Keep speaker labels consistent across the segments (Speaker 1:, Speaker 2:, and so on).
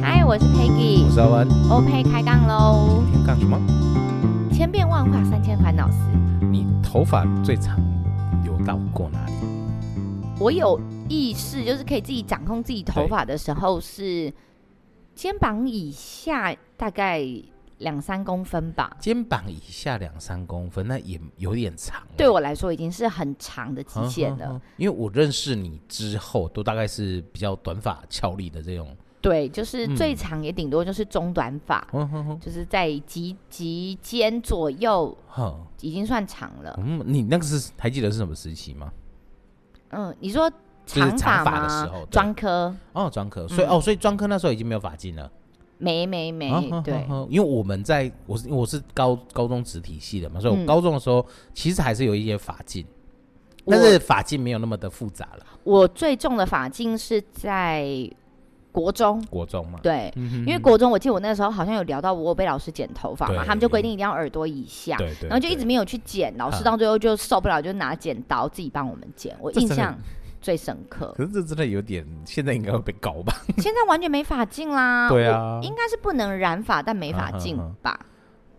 Speaker 1: 嗨，我是
Speaker 2: 我
Speaker 1: Peggy，
Speaker 2: 是阿湾，
Speaker 1: 欧佩开杠喽！
Speaker 2: 今天干什么？
Speaker 1: 千变万化，三千烦恼丝。
Speaker 2: 你头发最常留到过哪里？
Speaker 1: 我有意识，就是可以自己掌控自己头发的时候是肩膀以下大概两三公分吧。
Speaker 2: 肩膀以下两三公分，那也有点长了。
Speaker 1: 对我来说已经是很长的极
Speaker 2: 哼
Speaker 1: 限
Speaker 2: 哼
Speaker 1: 了。
Speaker 2: 哼因为我认识你之后，都大概是比较短发俏丽的这种。
Speaker 1: 对，就是
Speaker 2: 嗯
Speaker 1: 最长也顶多就是中短发，
Speaker 2: 哼哼哼
Speaker 1: 就是在及及肩左右
Speaker 2: 哼
Speaker 1: 已经算长了。
Speaker 2: 嗯，你那个是还记得是什么时期吗？
Speaker 1: 嗯，你说
Speaker 2: 就是
Speaker 1: 发
Speaker 2: 长发的时候
Speaker 1: 吗？
Speaker 2: 对
Speaker 1: 专科
Speaker 2: 哦，专科，所以、
Speaker 1: 嗯
Speaker 2: 哦，所以专科那时候已经没有发巾了。
Speaker 1: 没没没，
Speaker 2: 啊哼
Speaker 1: 对
Speaker 2: 哼，哼因为我们在我是因为我是高高中职体系的嘛，所以
Speaker 1: 嗯
Speaker 2: 我高中的时候、其实还是有一些法禁，
Speaker 1: 我
Speaker 2: 但是法禁没有那么的复杂了。
Speaker 1: 我最重的发禁是在国中，
Speaker 2: 国中嘛，
Speaker 1: 对，
Speaker 2: 嗯哼
Speaker 1: 因为国中我记得我那时候好像有聊到我有被老师剪头发嘛，
Speaker 2: 对嗯
Speaker 1: 他们就规定一定要耳朵以下。
Speaker 2: 对对，
Speaker 1: 然后就一直
Speaker 2: 对
Speaker 1: 没有去剪，老师
Speaker 2: 嗯
Speaker 1: 到最后就受不了，就拿剪刀自己帮我们剪。我
Speaker 2: 这
Speaker 1: 印
Speaker 2: 真的
Speaker 1: 象最深 刻，
Speaker 2: 可是这真的有点，现在应该会被告吧？
Speaker 1: 现在完全没法进啦。
Speaker 2: 对
Speaker 1: 我
Speaker 2: 啊，
Speaker 1: 应该是不能染发，但没法
Speaker 2: 嗯嗯
Speaker 1: 进
Speaker 2: 嗯
Speaker 1: 吧？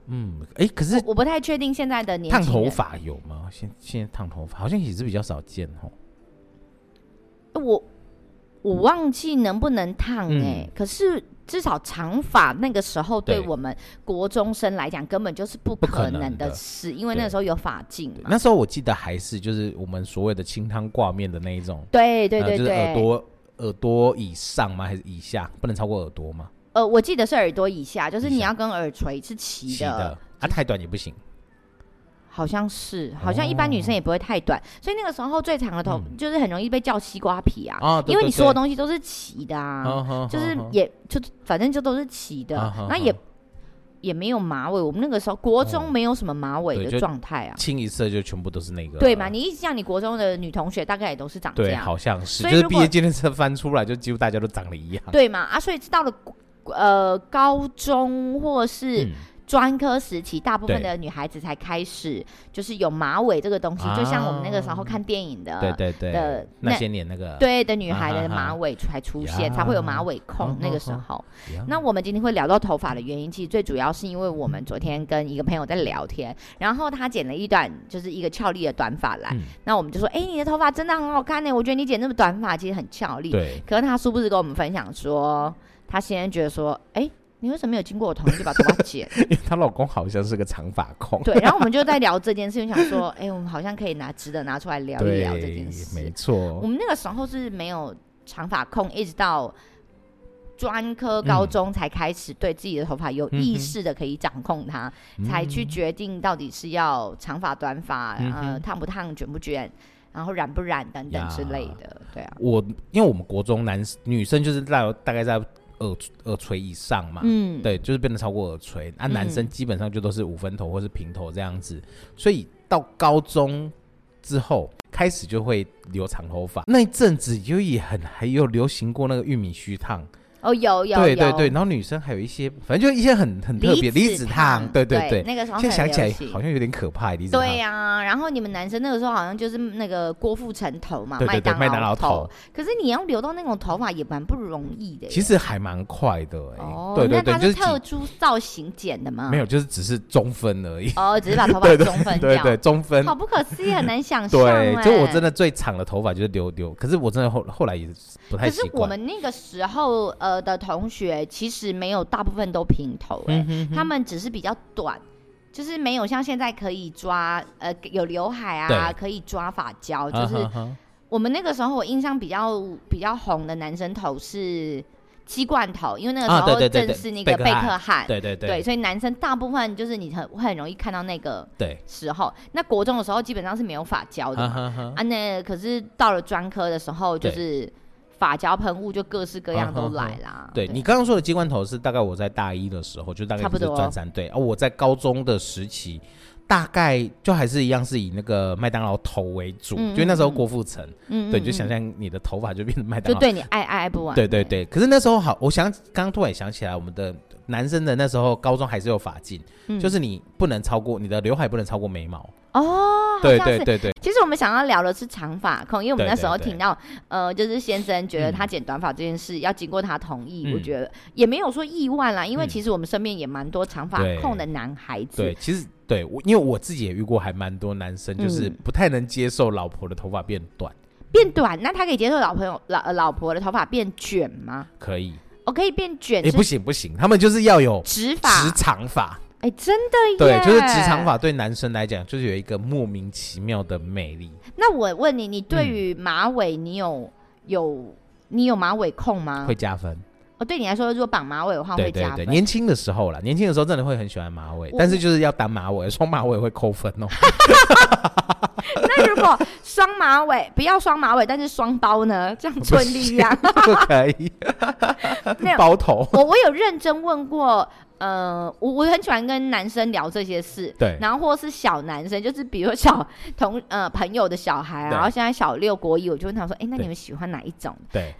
Speaker 2: 嗯，哎，可是
Speaker 1: 我我不太确定现在的年
Speaker 2: 烫
Speaker 1: 轻
Speaker 2: 头
Speaker 1: 人，
Speaker 2: 发有吗？现现在烫头发好像也是比较少见哦。
Speaker 1: 我我忘记能不能烫哎、
Speaker 2: 嗯
Speaker 1: 可是。至少长发那个时候对
Speaker 2: 对
Speaker 1: 我们国中生来讲根本就是不
Speaker 2: 不可
Speaker 1: 可
Speaker 2: 能
Speaker 1: 能的
Speaker 2: 的
Speaker 1: 事，因为那
Speaker 2: 对
Speaker 1: 时候有发禁嘛。
Speaker 2: 那时候我记得还是就是我们所谓的清汤挂面的那一种，
Speaker 1: 对对
Speaker 2: 呃
Speaker 1: 对
Speaker 2: 就是
Speaker 1: 对，
Speaker 2: 耳朵耳朵以上吗？还是以下？不能超过耳朵吗？
Speaker 1: 呃，我记得是耳朵以下，就是
Speaker 2: 以
Speaker 1: 你
Speaker 2: 下
Speaker 1: 要跟耳垂是齐
Speaker 2: 齐的啊，太短也不行。
Speaker 1: 好像是，好像一般女生也不会太短，所以那个时候最长的头、
Speaker 2: 哦嗯
Speaker 1: 就是很容易被叫西瓜皮啊，
Speaker 2: 啊，对
Speaker 1: 因为
Speaker 2: 对
Speaker 1: 你所有
Speaker 2: 对
Speaker 1: 东西都是齐的啊，
Speaker 2: 嗯哼
Speaker 1: 就是
Speaker 2: 哼哼
Speaker 1: 也就反正就都是齐的，
Speaker 2: 啊哈
Speaker 1: 那
Speaker 2: 哈
Speaker 1: 也也没有马尾，我们那个时候国中
Speaker 2: 哦
Speaker 1: 没有什么马尾
Speaker 2: 对
Speaker 1: 的
Speaker 2: 就
Speaker 1: 状态啊，
Speaker 2: 清一色就全部都是那个，
Speaker 1: 对嘛？？你一像你国中的女同学大概也都是长这
Speaker 2: 对，
Speaker 1: 样，
Speaker 2: 好像是，
Speaker 1: 所以
Speaker 2: 就是
Speaker 1: 如
Speaker 2: 毕
Speaker 1: 果
Speaker 2: 业纪念册翻出来，就几乎大家都长得一样。
Speaker 1: 对嘛？啊，所以到了呃高中或是、
Speaker 2: 嗯，
Speaker 1: 专科时期，大部分
Speaker 2: 对
Speaker 1: 的女孩子才开始就是有马尾这个东西，
Speaker 2: 啊
Speaker 1: 就像我们那个时候看电影的，
Speaker 2: 对对对
Speaker 1: 的，那
Speaker 2: 那些年那个，
Speaker 1: 对的女孩的
Speaker 2: 啊哈哈
Speaker 1: 马尾才出现，
Speaker 2: 呀
Speaker 1: 才会有马尾控
Speaker 2: 嗯。
Speaker 1: 那个时候，
Speaker 2: 呀
Speaker 1: 那我们今天会聊到头发的原因，其实最主要是因为我们昨天跟一个朋友在聊
Speaker 2: 嗯
Speaker 1: 天，然后他剪了一短就是一个俏丽的短发来
Speaker 2: 嗯，
Speaker 1: 那我们就说，哎，你的头发真的很好看呢，我觉得你剪那么短发其实很俏丽。
Speaker 2: 对，
Speaker 1: 可是他殊不知跟我们分享说，他先生觉得说，哎，你为什么没有经过我同意就把头发剪？
Speaker 2: 因为她老公好像是个长发控，
Speaker 1: 对，然后我们就在聊这件事情，想说，哎、我们好像可以拿值得拿出来聊一聊这件
Speaker 2: 没
Speaker 1: 事。
Speaker 2: 错
Speaker 1: 我，们那个时候是没有长发控，一直到专科高中才开始对自己的头发有意识的可以掌控它，才去决定到底是要长发、短发，
Speaker 2: 嗯
Speaker 1: 呃，
Speaker 2: 哼
Speaker 1: 烫不烫、卷不卷，然后染不染等等
Speaker 2: 呀
Speaker 1: 之类的。对啊，
Speaker 2: 我因为我们国中男女生就是大大概在耳耳垂以上嘛，
Speaker 1: 嗯，
Speaker 2: 对，就是变得超过耳垂。啊，
Speaker 1: 嗯
Speaker 2: 男生基本上就都是五分头或是平头这样子，所以到高中之后开始就会留长头发。那一阵子就也很还有流行过那个玉米须烫，
Speaker 1: 哦，有有
Speaker 2: 对对对。
Speaker 1: 有
Speaker 2: 然后女生还有一些，反正就一些很很特别
Speaker 1: 离
Speaker 2: 离子烫
Speaker 1: 烫，，
Speaker 2: 对对
Speaker 1: 对
Speaker 2: 对。
Speaker 1: 那个时候
Speaker 2: 现在
Speaker 1: 很
Speaker 2: 想起来
Speaker 1: 流行
Speaker 2: 好像有点可怕，离子烫。
Speaker 1: 对呀、然后你们男生那个时候好像就是那个郭富城头嘛，
Speaker 2: 对对对，麦
Speaker 1: 当
Speaker 2: 当劳
Speaker 1: 头
Speaker 2: 头。
Speaker 1: 可是你要留到那种头发也蛮不容易的耶。
Speaker 2: 其实还蛮快的哎、
Speaker 1: 哦，
Speaker 2: 对对
Speaker 1: 那
Speaker 2: 对，
Speaker 1: 他
Speaker 2: 就是是几
Speaker 1: 特殊造型剪的吗？
Speaker 2: 没有，就是只是中分而已。
Speaker 1: 哦，只是把头发
Speaker 2: 对对
Speaker 1: 中 分
Speaker 2: 对
Speaker 1: 掉。
Speaker 2: 对，中分
Speaker 1: 好不可思议，很难想象。欸
Speaker 2: 对，就我真
Speaker 1: 的。
Speaker 2: 的最长的头发就是留留，可是我真的后后来也是不太
Speaker 1: 可是
Speaker 2: 习惯。
Speaker 1: 我们那个时候呃的同学，其实没有大部分都平头、哎、
Speaker 2: 嗯哼哼
Speaker 1: 他们只是比较短。就是没有像现在可以抓，呃，有刘海啊，
Speaker 2: 对
Speaker 1: 可以抓发胶，就
Speaker 2: 啊
Speaker 1: 是
Speaker 2: 哈哈
Speaker 1: 我们那个时候，我印象比较比较红的男生头是鸡冠头，因为那个时
Speaker 2: 啊对
Speaker 1: 候
Speaker 2: 对对
Speaker 1: 正
Speaker 2: 对
Speaker 1: 是那个贝
Speaker 2: 贝克汉
Speaker 1: 克汉，
Speaker 2: 对对对
Speaker 1: 所以男生大部分就是你很会很容易看到那个
Speaker 2: 对，
Speaker 1: 时候。那国中的时候基本上是没有发胶的
Speaker 2: 啊
Speaker 1: 嘛，
Speaker 2: 哈哈
Speaker 1: 啊，那可是到了专科的时候，就
Speaker 2: 对
Speaker 1: 是发胶喷雾就各式各样都来啦。
Speaker 2: 对你刚刚说的鸡冠头是大概我在大一的时候，就大概
Speaker 1: 啊差不
Speaker 2: 就是
Speaker 1: 多
Speaker 2: 专三对啊，我在高中的时期。大概就还是一样，是以那个麦当劳头为主，
Speaker 1: 嗯
Speaker 2: 因为那时候
Speaker 1: 嗯嗯
Speaker 2: 郭富城，
Speaker 1: 嗯，嗯
Speaker 2: 对，你就想
Speaker 1: 嗯
Speaker 2: 象你的头发就变成麦当
Speaker 1: 就
Speaker 2: 劳
Speaker 1: 对你爱爱不完。
Speaker 2: 对对对，可是那时候好，我想刚刚突然想起来，我们的男生的那时候高中还是有发禁，
Speaker 1: 嗯
Speaker 2: 就是你不能超过你的刘海不能超过眉毛，
Speaker 1: 哦，好
Speaker 2: 对
Speaker 1: 像是
Speaker 2: 对对对，
Speaker 1: 其实我们想要聊的是长发控，因为我们
Speaker 2: 对
Speaker 1: 那时候
Speaker 2: 对
Speaker 1: 听到，呃，就是先生觉得
Speaker 2: 嗯
Speaker 1: 他剪短发这件事要经过他同意，我
Speaker 2: 嗯
Speaker 1: 觉得也没有说意外啦，因为
Speaker 2: 嗯
Speaker 1: 其实我们身边也蛮多长发控的男孩子，
Speaker 2: 对，其实对我，因为我自己也遇过还蛮多男生，就是
Speaker 1: 嗯
Speaker 2: 不太能接受老婆的头发变短，
Speaker 1: 变短，那他可以接受老朋友老、呃老婆的头发变卷吗？
Speaker 2: 可以，
Speaker 1: 我、可以变卷
Speaker 2: 哎，不
Speaker 1: 是
Speaker 2: 行不行，他们就是要有
Speaker 1: 直发，
Speaker 2: 直长发，
Speaker 1: 哎、真的耶，
Speaker 2: 对，就是直长。发对男生来讲就是有一个莫名其妙的魅力。
Speaker 1: 那我问你，你对于
Speaker 2: 嗯
Speaker 1: 马尾，你有、有你有马尾控吗
Speaker 2: 会？加分，
Speaker 1: 哦，对你来说，如果绑马尾的话嗯
Speaker 2: 对
Speaker 1: 哦会
Speaker 2: 对
Speaker 1: 加
Speaker 2: 对，
Speaker 1: 分。
Speaker 2: 年轻的时候啦，年轻的时候真的会很喜欢马尾，
Speaker 1: 我
Speaker 2: 但是就是要单马尾，双 马尾会扣 分哦。
Speaker 1: 那如果双马尾， 不要双马尾，但是双包呢？像 春丽一样，
Speaker 2: 不可以
Speaker 1: 没有，
Speaker 2: 包头。
Speaker 1: 我我有认真问过，呃，我我很喜欢跟男生聊这些事，
Speaker 2: 对
Speaker 1: 然后或是小男生，就是比如小同呃朋友的小孩啊，
Speaker 2: 对
Speaker 1: 然后现在小六国一，我就问他说，哎、那
Speaker 2: 对
Speaker 1: 你们喜欢哪一种？
Speaker 2: 对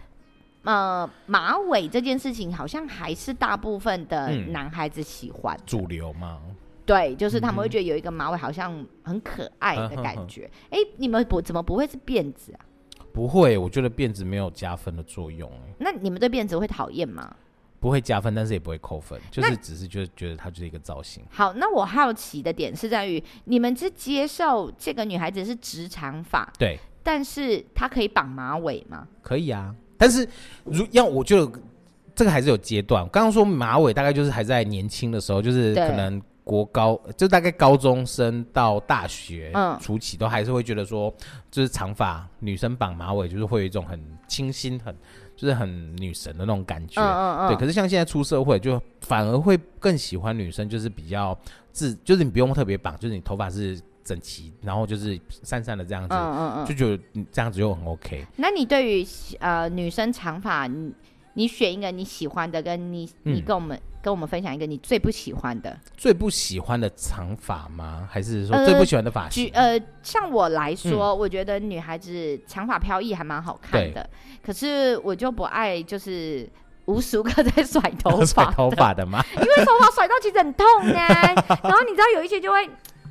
Speaker 1: 呃，马尾这件事情好像还是大部分的
Speaker 2: 嗯
Speaker 1: 男孩子喜欢，
Speaker 2: 主流嘛，
Speaker 1: 对，就是他们
Speaker 2: 嗯
Speaker 1: 会
Speaker 2: 哼
Speaker 1: 觉得有一个马尾好像很可爱的
Speaker 2: 哼哼
Speaker 1: 感
Speaker 2: 嗯哼
Speaker 1: 觉。哎、你们不怎么不会是辫子啊？
Speaker 2: 不会，我觉得辫子没有加分的作用，欸
Speaker 1: 那你们对辫子会讨厌吗？
Speaker 2: 不会加分，但是也不会扣分，就是只是就是觉得它就是一个造型。
Speaker 1: 好，那我好奇的点是在于，你们是接受这个女孩子是直长发，
Speaker 2: 对，
Speaker 1: 但是她可以绑马尾吗？
Speaker 2: 可以啊，但是如要我觉得这个还是有阶段。刚刚说马尾大概就是还在年轻的时候，就是
Speaker 1: 对
Speaker 2: 可能国高，就大概高中生到大学
Speaker 1: 嗯
Speaker 2: 初期，都还是会觉得说，就是长发女生绑马尾，就是会有一种很清新、很就是很女神的那种感觉。
Speaker 1: 嗯嗯
Speaker 2: 对，
Speaker 1: 嗯，
Speaker 2: 可是像现在出社会，就反而会更喜欢女生，就是比较自，就是你不用特别绑，就是你头发是整齐，然后就是散散的这样子，
Speaker 1: 嗯嗯
Speaker 2: 就
Speaker 1: 嗯。
Speaker 2: 觉得你这样子就很 OK。
Speaker 1: 那你对于呃女生长发，你你选一个你喜欢的，跟你你
Speaker 2: 嗯
Speaker 1: 跟我们、跟我们分享一个你最不喜欢的。
Speaker 2: 最不喜欢的长发吗？还是嗯说
Speaker 1: 呃
Speaker 2: 最不喜欢的发
Speaker 1: 举
Speaker 2: 型？
Speaker 1: 呃，像我来说，我觉得女孩子长发飘逸还蛮好看
Speaker 2: 对
Speaker 1: 的，可是我就不爱就是无时无刻在甩头
Speaker 2: 甩
Speaker 1: 发，
Speaker 2: 头发 的吗？
Speaker 1: 因为头发甩到其实很痛呢、然后你知道有一些就会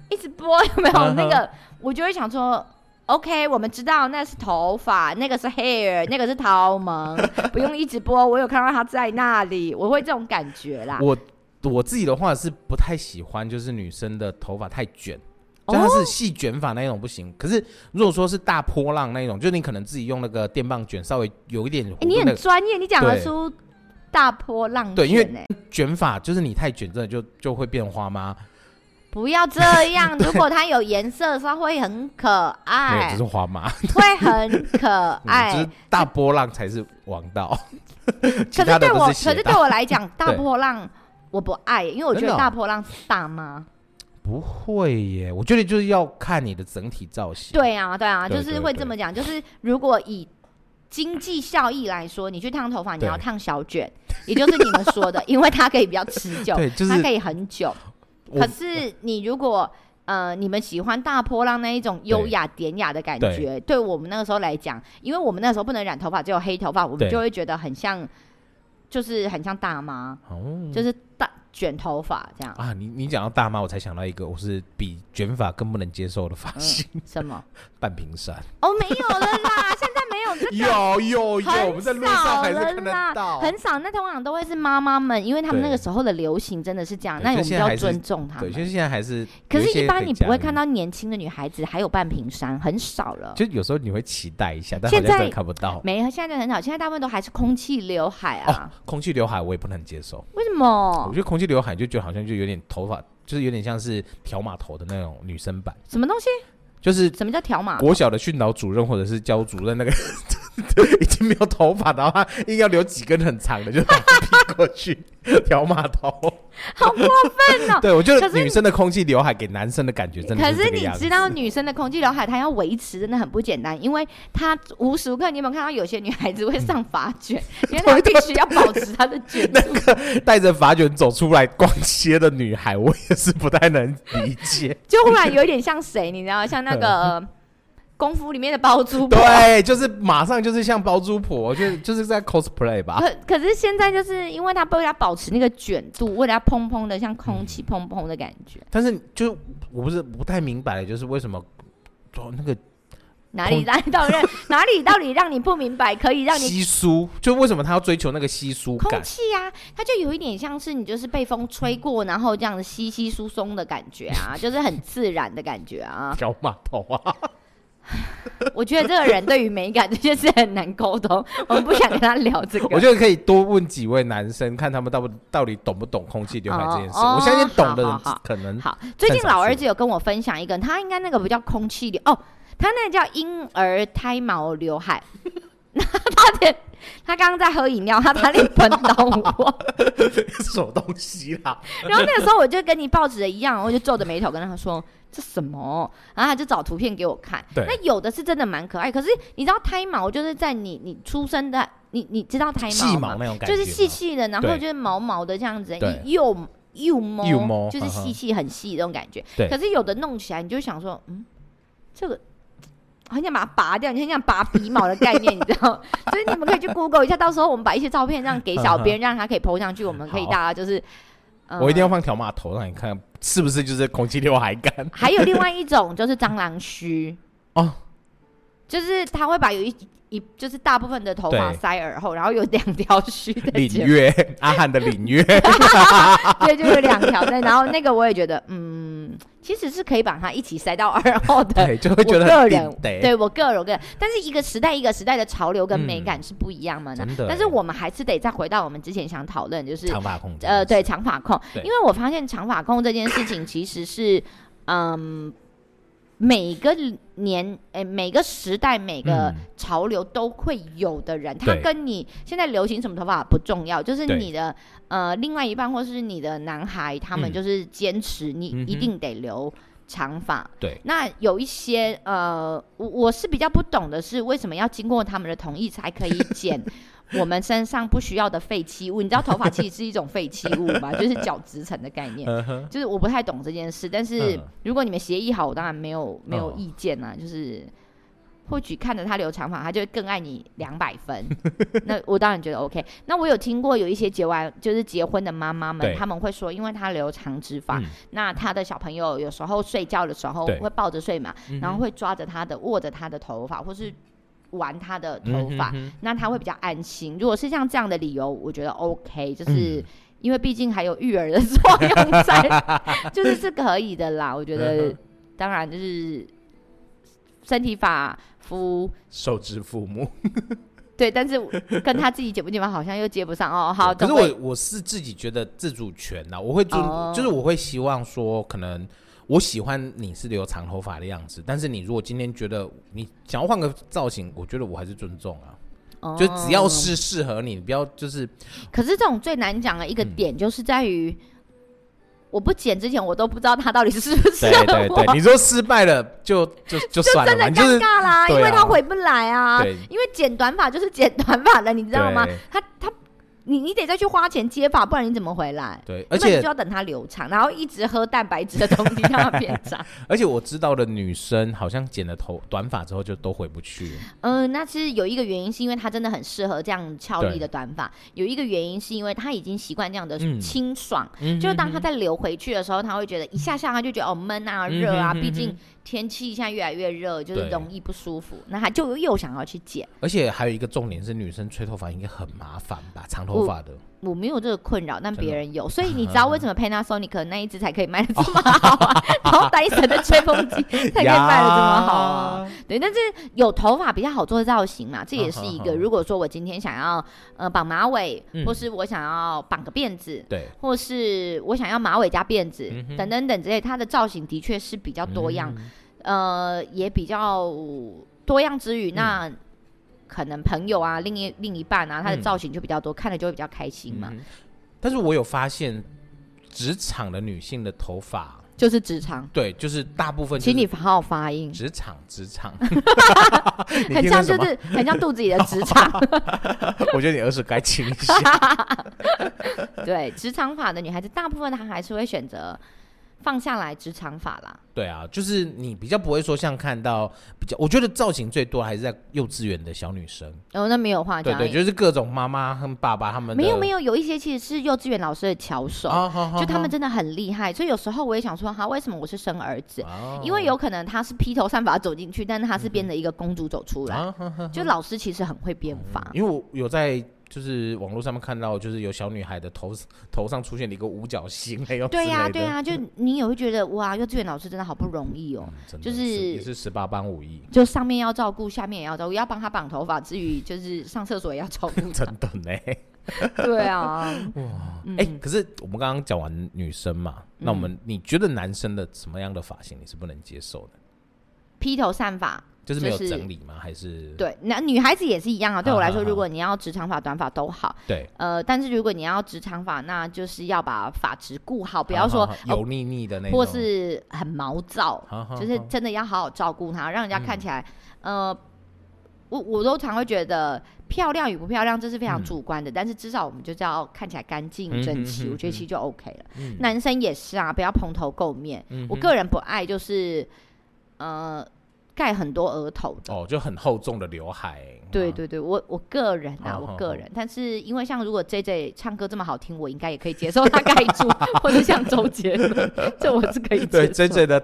Speaker 1: 一直拨，有没有？
Speaker 2: 嗯哼
Speaker 1: 那个我就会想说。OK，我们知道那是头发，那个是 hair，那个是桃蒙，不用一直拨。我有看到它在那里，我会这种感觉啦。
Speaker 2: 我我自己的话是不太喜欢，就是女生的头发太卷，
Speaker 1: 哦
Speaker 2: 就它是细卷发那一种不行。可是如果说是大波浪那一种，就你可能自己用那个电棒卷，稍微有一点弧
Speaker 1: 诶哎你
Speaker 2: 度那
Speaker 1: 很
Speaker 2: 个
Speaker 1: 专业，你讲得
Speaker 2: 对
Speaker 1: 出大波浪、欸。
Speaker 2: 对因为卷发，就是你太卷，真的就就会变花吗？
Speaker 1: 不要这 样，如果它有颜色的时候会很可
Speaker 2: 没有，这
Speaker 1: 爱
Speaker 2: 是，花妈，
Speaker 1: 会很可
Speaker 2: 嗯就
Speaker 1: 爱
Speaker 2: 是。大波浪才是王道。
Speaker 1: 哎可
Speaker 2: 其
Speaker 1: 是
Speaker 2: 他的
Speaker 1: 对
Speaker 2: 都
Speaker 1: 我，可
Speaker 2: 是斜
Speaker 1: 是对
Speaker 2: 道
Speaker 1: 我来讲，大
Speaker 2: 对
Speaker 1: 波浪我不爱，因为我觉
Speaker 2: 真
Speaker 1: 得
Speaker 2: 的哦
Speaker 1: 大波浪是大妈。
Speaker 2: 不会耶，我觉得就是要看你的整体造型。
Speaker 1: 对啊，对啊，
Speaker 2: 对
Speaker 1: 就
Speaker 2: 对
Speaker 1: 是会
Speaker 2: 对
Speaker 1: 这么讲。就是如果以经济效益来说，你去烫头发，你
Speaker 2: 对
Speaker 1: 要烫小 卷，也就是你们说的，因为它可以比较持久，
Speaker 2: 对，就是
Speaker 1: 它可以很久。
Speaker 2: 我
Speaker 1: 可是你如果呃，你们喜欢大波浪那一种优雅典雅的感觉，对我们那个时候来讲，因为我们那个时候不能染头发，只有黑头发，我们
Speaker 2: 对
Speaker 1: 就会觉得很像，就是很像大妈，
Speaker 2: 哦
Speaker 1: 就是大卷头发这样。
Speaker 2: 啊，你你讲到大妈，我才想到一个，我是比卷发更不能接受的发
Speaker 1: 嗯
Speaker 2: 型，
Speaker 1: 什么？
Speaker 2: 半平山。
Speaker 1: 哦，没有了啦，现在没有这
Speaker 2: 有有
Speaker 1: 很少了啦
Speaker 2: 到
Speaker 1: 很少。那通常都会是妈妈们，因为他们
Speaker 2: 对
Speaker 1: 那个时候的流行真的是这样，
Speaker 2: 对
Speaker 1: 那我
Speaker 2: 就
Speaker 1: 们
Speaker 2: 现
Speaker 1: 就
Speaker 2: 在
Speaker 1: 要
Speaker 2: 还是
Speaker 1: 尊重他
Speaker 2: 对，就
Speaker 1: 们。
Speaker 2: 是现在还是，
Speaker 1: 可是，一般你不会看到
Speaker 2: 到，
Speaker 1: 年轻的女孩子还有半瓶山，很少了。
Speaker 2: 就有时候你会期待一下，但好
Speaker 1: 现
Speaker 2: 像
Speaker 1: 在
Speaker 2: 真的看不到。
Speaker 1: 没，现在就很少，现在大部分都还是空气刘海啊。
Speaker 2: 空气刘海我也不能接受，
Speaker 1: 为什
Speaker 2: 我
Speaker 1: 么？
Speaker 2: 觉得空气刘海就觉得好像就有点头发，就是有点像是条码头的那种女生版，
Speaker 1: 什么东西？
Speaker 2: 就是
Speaker 1: 什么叫条码头？
Speaker 2: 国小的训导主任或者是教主任那个 已经没有头发，然后他硬要留几根很长的，就把它披过去挑马头。
Speaker 1: 好过分哦！
Speaker 2: 对我觉得
Speaker 1: 可是
Speaker 2: 女生的空气刘海给男生的感觉真的
Speaker 1: 可
Speaker 2: 是
Speaker 1: 是
Speaker 2: 这个
Speaker 1: 你
Speaker 2: 样子
Speaker 1: 知。 道，女生的空气刘海它要维持真的很不简单，因为她无时无刻，你有没有看到有些女孩子会上发 卷，因为她必须要保持她的卷度。
Speaker 2: 带着发卷走出来逛街的女孩，我也是不太能理解。
Speaker 1: 就忽然有一点像谁，你知道，像那个功夫里面的包租婆。
Speaker 2: 对，就是马上就是像包租婆，就是就是在 cosplay 吧。
Speaker 1: 可可是现在就是因为她为了保持那个卷度，为了要蓬蓬的像空气蓬蓬的感觉，
Speaker 2: 但是就我不是不太明白，就是为什么哦那个
Speaker 1: 哪里来到让 哪里到底让你不明白，可以让 你
Speaker 2: 稀疏，就为什么他要追求那个稀疏
Speaker 1: 空
Speaker 2: 感？
Speaker 1: 气啊，它就有一点像是你就是被风吹过，然后这样稀稀疏松的感觉啊， 就是很自然的感觉啊。
Speaker 2: 小马头 啊，
Speaker 1: 我觉得这个人对于美感这 件事很难沟通，我们不想跟他聊这个。
Speaker 2: 我觉得可以多问几位男生，看他们到不到底懂不懂空气刘海这件事。我相信懂的
Speaker 1: 哦
Speaker 2: 人
Speaker 1: 好好好
Speaker 2: 可能
Speaker 1: 好，最近
Speaker 2: 擅长
Speaker 1: 老儿
Speaker 2: 说
Speaker 1: 子有跟我分享一个，他应该那个不叫空气流哦，他那个叫婴儿胎毛刘海。 他的他刚刚在喝饮料，他差点喷到我。
Speaker 2: 什么东西啦，
Speaker 1: 然后那个时候我就跟你报纸的一样，我就皱着眉头跟他说：“这什么？”然后他就找图片给我看。
Speaker 2: 对
Speaker 1: 那有的是真的蛮可爱，可是你知道胎毛就是在你你出生的，你你知道胎
Speaker 2: 细
Speaker 1: 毛
Speaker 2: 毛
Speaker 1: 吗？
Speaker 2: 那种感觉
Speaker 1: 就
Speaker 2: 吗，
Speaker 1: 是细细的，然后
Speaker 2: 对
Speaker 1: 就是毛毛的这样子，
Speaker 2: 对
Speaker 1: 又又摸，
Speaker 2: 又摸
Speaker 1: 就是细细很细的那种感觉。
Speaker 2: 对
Speaker 1: 可是有的弄起来，你就想说，嗯，这个很想把它拔掉，你很想拔鼻毛的概 念，你知道吗？所以你们可以去 Google 一下，到时候我们把一些照片让给小编，让他可以 PO 上去，我们可以
Speaker 2: 好
Speaker 1: 大家就是，呃
Speaker 2: 我一定要。放条码头让你看，是不是就是空气刘海干？
Speaker 1: 还有另外一种就是蟑螂须，
Speaker 2: 哦，
Speaker 1: 就是他会把有一一就是大部分的头发
Speaker 2: 对
Speaker 1: 塞耳后，然后有两条须在
Speaker 2: 领
Speaker 1: 前
Speaker 2: 月， 阿汉的 领月，
Speaker 1: 对，就有两条在，然后那个我也觉得，嗯，其实是可以把它一起塞到耳后的。
Speaker 2: 对，就会觉得
Speaker 1: 我个
Speaker 2: 很
Speaker 1: 人
Speaker 2: 顶得
Speaker 1: 对我个人，我个人，但是一个时代一个时代的潮流跟美
Speaker 2: 嗯
Speaker 1: 感是不一样嘛、
Speaker 2: 真的欸
Speaker 1: 但是我们还是得再回到我们之前想讨论，就是
Speaker 2: 长发控制，
Speaker 1: 呃，对长发控，
Speaker 2: 对
Speaker 1: 因为我发现长发控这件事情其实是，嗯，每个年诶、每个时代每个
Speaker 2: 嗯
Speaker 1: 潮流都会有的人，他
Speaker 2: 对
Speaker 1: 跟你现在流行什么头发不重要，就是
Speaker 2: 对
Speaker 1: 你的呃另外一半或是你的男孩，他们
Speaker 2: 嗯
Speaker 1: 就是坚持你
Speaker 2: 嗯哼
Speaker 1: 一定得留长发。
Speaker 2: 对，
Speaker 1: 那有一些呃，我我是比较不懂的是，为什么要经过他们的同意才可以 剪我们身上不需要的废弃物？你知道头发其实是一种废弃物 嘛，就是角质层的概念。
Speaker 2: 嗯哼，
Speaker 1: 就是我不太懂这件事，但是
Speaker 2: 嗯
Speaker 1: 如果你们协议好，我当然没有没有
Speaker 2: 哦
Speaker 1: 意见啊。就是或许看着他留长发，他就会更爱你两百 分。那我当然觉得 OK。那我有听过有一些结完就是结婚的妈妈们，
Speaker 2: 对
Speaker 1: 他们会说，因为他留长直发，
Speaker 2: 嗯
Speaker 1: 那他的小朋友有时候睡觉的时候
Speaker 2: 对
Speaker 1: 会抱着睡嘛，
Speaker 2: 嗯哼嗯
Speaker 1: 然后会抓着他的握着他的头发，或是玩他的头发，
Speaker 2: 嗯哼
Speaker 1: 那他会比较安心。如果是像这样的理由，我觉得 OK，就是。
Speaker 2: 嗯
Speaker 1: 因为毕竟还有育儿的作用在， 就是是可以的啦。我觉
Speaker 2: 嗯
Speaker 1: 得
Speaker 2: 哼，
Speaker 1: 当然就是身体发肤
Speaker 2: 受之父母。
Speaker 1: 对，但是跟他自己解不解放好像又接不上哦。好，
Speaker 2: 可是
Speaker 1: 总归
Speaker 2: 我我是自己觉得自主权呐，我会尊，
Speaker 1: 哦
Speaker 2: 就是我会希望说，可能我喜欢你是留长头发的样子，但是你如果今天觉得你想要换个造型，我觉得我还是尊重啊，
Speaker 1: 哦
Speaker 2: 就只要是适合你，你不要就是
Speaker 1: 可是这种最难讲的一个
Speaker 2: 嗯
Speaker 1: 点，就是在于、我不剪之前，我都不知道它到底是不是
Speaker 2: 对对对， 你说失败了就就就算了
Speaker 1: 真的
Speaker 2: 嘛，你就
Speaker 1: 尴
Speaker 2: 是
Speaker 1: 尬啦，因
Speaker 2: 对啊
Speaker 1: 为它回不来啊。
Speaker 2: 对
Speaker 1: 因为剪短发就是剪短发了，你知道吗
Speaker 2: 对？
Speaker 1: 它它你你得再去花钱接发，不然你怎么回来？
Speaker 2: 对，而
Speaker 1: 要不然
Speaker 2: 且
Speaker 1: 你就要等它留长，然后一直喝蛋白质的东西让它变长。
Speaker 2: 而且我知道的女生好像剪了头短发之后就都回不去了，
Speaker 1: 嗯、那其实有一个原因是因为它真的很适合这样俏丽
Speaker 2: 对
Speaker 1: 的短发，有一个原因是因为它已经习惯这样的
Speaker 2: 嗯
Speaker 1: 清爽。
Speaker 2: 嗯
Speaker 1: 就是当他再流回去的时候，他会觉得一下下他就觉得哦闷啊
Speaker 2: 嗯哼
Speaker 1: 热啊，
Speaker 2: 嗯哼
Speaker 1: 毕竟天气现在越来越热，就是
Speaker 2: 对
Speaker 1: 容易不舒服，那他就又想要去剪。
Speaker 2: 而且还有一个重点是，女生吹头发应该很麻烦吧？长头发的，
Speaker 1: 我没有这个困扰，但
Speaker 2: 真的
Speaker 1: 别人有，所以你 知道为什么 Panasonic 那一只才可以卖的这么好啊？然后 Dyson 的吹风机才可以卖的这么好啊？
Speaker 2: 呀？
Speaker 1: 对，但是有头发比较好做造型嘛，这也是一个。
Speaker 2: 嗯哼哼
Speaker 1: 如果说我今天想要呃绑马尾，
Speaker 2: 嗯
Speaker 1: 或是我想要绑个辫子，
Speaker 2: 对，
Speaker 1: 或是我想要马尾加辫子、
Speaker 2: 嗯哼
Speaker 1: 等等等之类，它的造型的确是比较多样，
Speaker 2: 嗯嗯
Speaker 1: 呃，也比较多样之余，那可能朋友啊、另一另一半啊，他的
Speaker 2: 嗯
Speaker 1: 造型就比较多，看了就会比较开心嘛。
Speaker 2: 嗯但是我有发现，职场的女性的头发，
Speaker 1: 就是职场，
Speaker 2: 对，就是大部分就是
Speaker 1: 请你好好发音，
Speaker 2: 职场 职场， 你
Speaker 1: 很
Speaker 2: 听
Speaker 1: 像就
Speaker 2: 成什么？
Speaker 1: 是很像肚子里的职场。
Speaker 2: 我觉得你耳屎该清一 下。
Speaker 1: 对，职场法的女孩子，大部分她还是会选择放下来直长发啦。
Speaker 2: 对啊，就是你比较不会说像看到比较，我觉得造型最多还是在幼稚园的小女生，
Speaker 1: 然、哦、后那没有话
Speaker 2: 对
Speaker 1: 讲，
Speaker 2: 对，就是各种妈妈和爸爸他们
Speaker 1: 没有没
Speaker 2: 有，
Speaker 1: 有，有一些其实是幼稚园老师的巧手，
Speaker 2: 啊好好
Speaker 1: 就他们
Speaker 2: 好
Speaker 1: 真的很厉害。所以有时候我也想说，哈，为什么我是生儿子？
Speaker 2: 哦
Speaker 1: 因为有可能他是披头散发走进去，但是他是变得一个公主走出来。
Speaker 2: 啊哈哈
Speaker 1: 就老师其实很会编法，
Speaker 2: 因为我有在就是网络上面看到，就是有小女孩的头头上出现了一个五角星，还有
Speaker 1: 对呀、
Speaker 2: 呀、
Speaker 1: 对呀、就你也会觉得哇，幼稚园老师真的好不容易哦。
Speaker 2: 嗯真的
Speaker 1: 就是嗯
Speaker 2: 也是十八般武艺，
Speaker 1: 就上面要照顾，下面也要照顾，要帮他绑头发，至于就是上厕所也要照顾
Speaker 2: 真
Speaker 1: 他。
Speaker 2: 的呢。哎、
Speaker 1: 对啊， 嗯
Speaker 2: 可是我们刚刚讲完女生嘛，那我们你觉得男生的什么样的发型你是不能接受的？
Speaker 1: 披头散发，
Speaker 2: 就是没有
Speaker 1: 就是
Speaker 2: 整理吗？还是
Speaker 1: 对，那女孩子也是一样啊。对
Speaker 2: 好
Speaker 1: 我来
Speaker 2: 好
Speaker 1: 说，
Speaker 2: 好
Speaker 1: 如果你要直长发、短发都好，
Speaker 2: 对，
Speaker 1: 呃，但是如果你要直长发，那就是要把发质顾好，不
Speaker 2: 不
Speaker 1: 要说
Speaker 2: 油腻腻的啊那
Speaker 1: 呃
Speaker 2: 种，啊
Speaker 1: 或是很毛躁，
Speaker 2: 好好
Speaker 1: 就是
Speaker 2: 好
Speaker 1: 真的要好好照顾它，让人家看起来，
Speaker 2: 嗯
Speaker 1: 呃，我我都常会觉得漂亮与不漂亮这是非常
Speaker 2: 嗯
Speaker 1: 主观的，但是至少我们就是要看起来干
Speaker 2: 嗯
Speaker 1: 净
Speaker 2: 哼
Speaker 1: 整齐，
Speaker 2: 哼
Speaker 1: 我觉得
Speaker 2: 哼
Speaker 1: 其实就 OK 了。
Speaker 2: 嗯
Speaker 1: 男生也是啊，不要蓬头垢面。
Speaker 2: 嗯
Speaker 1: 我
Speaker 2: 哼
Speaker 1: 个人不爱就是，呃，盖很多额头的。
Speaker 2: 哦，就很厚重的刘海，
Speaker 1: 对
Speaker 2: 哇，
Speaker 1: 对对，我我个人啊，
Speaker 2: 嗯好
Speaker 1: 我
Speaker 2: 好
Speaker 1: 个
Speaker 2: 好
Speaker 1: 人，但是因为像如果 J J 唱歌这么好听，我应该也可以接受他盖住， 或者像周杰伦，这我是可以
Speaker 2: 对
Speaker 1: 接受
Speaker 2: 真。正的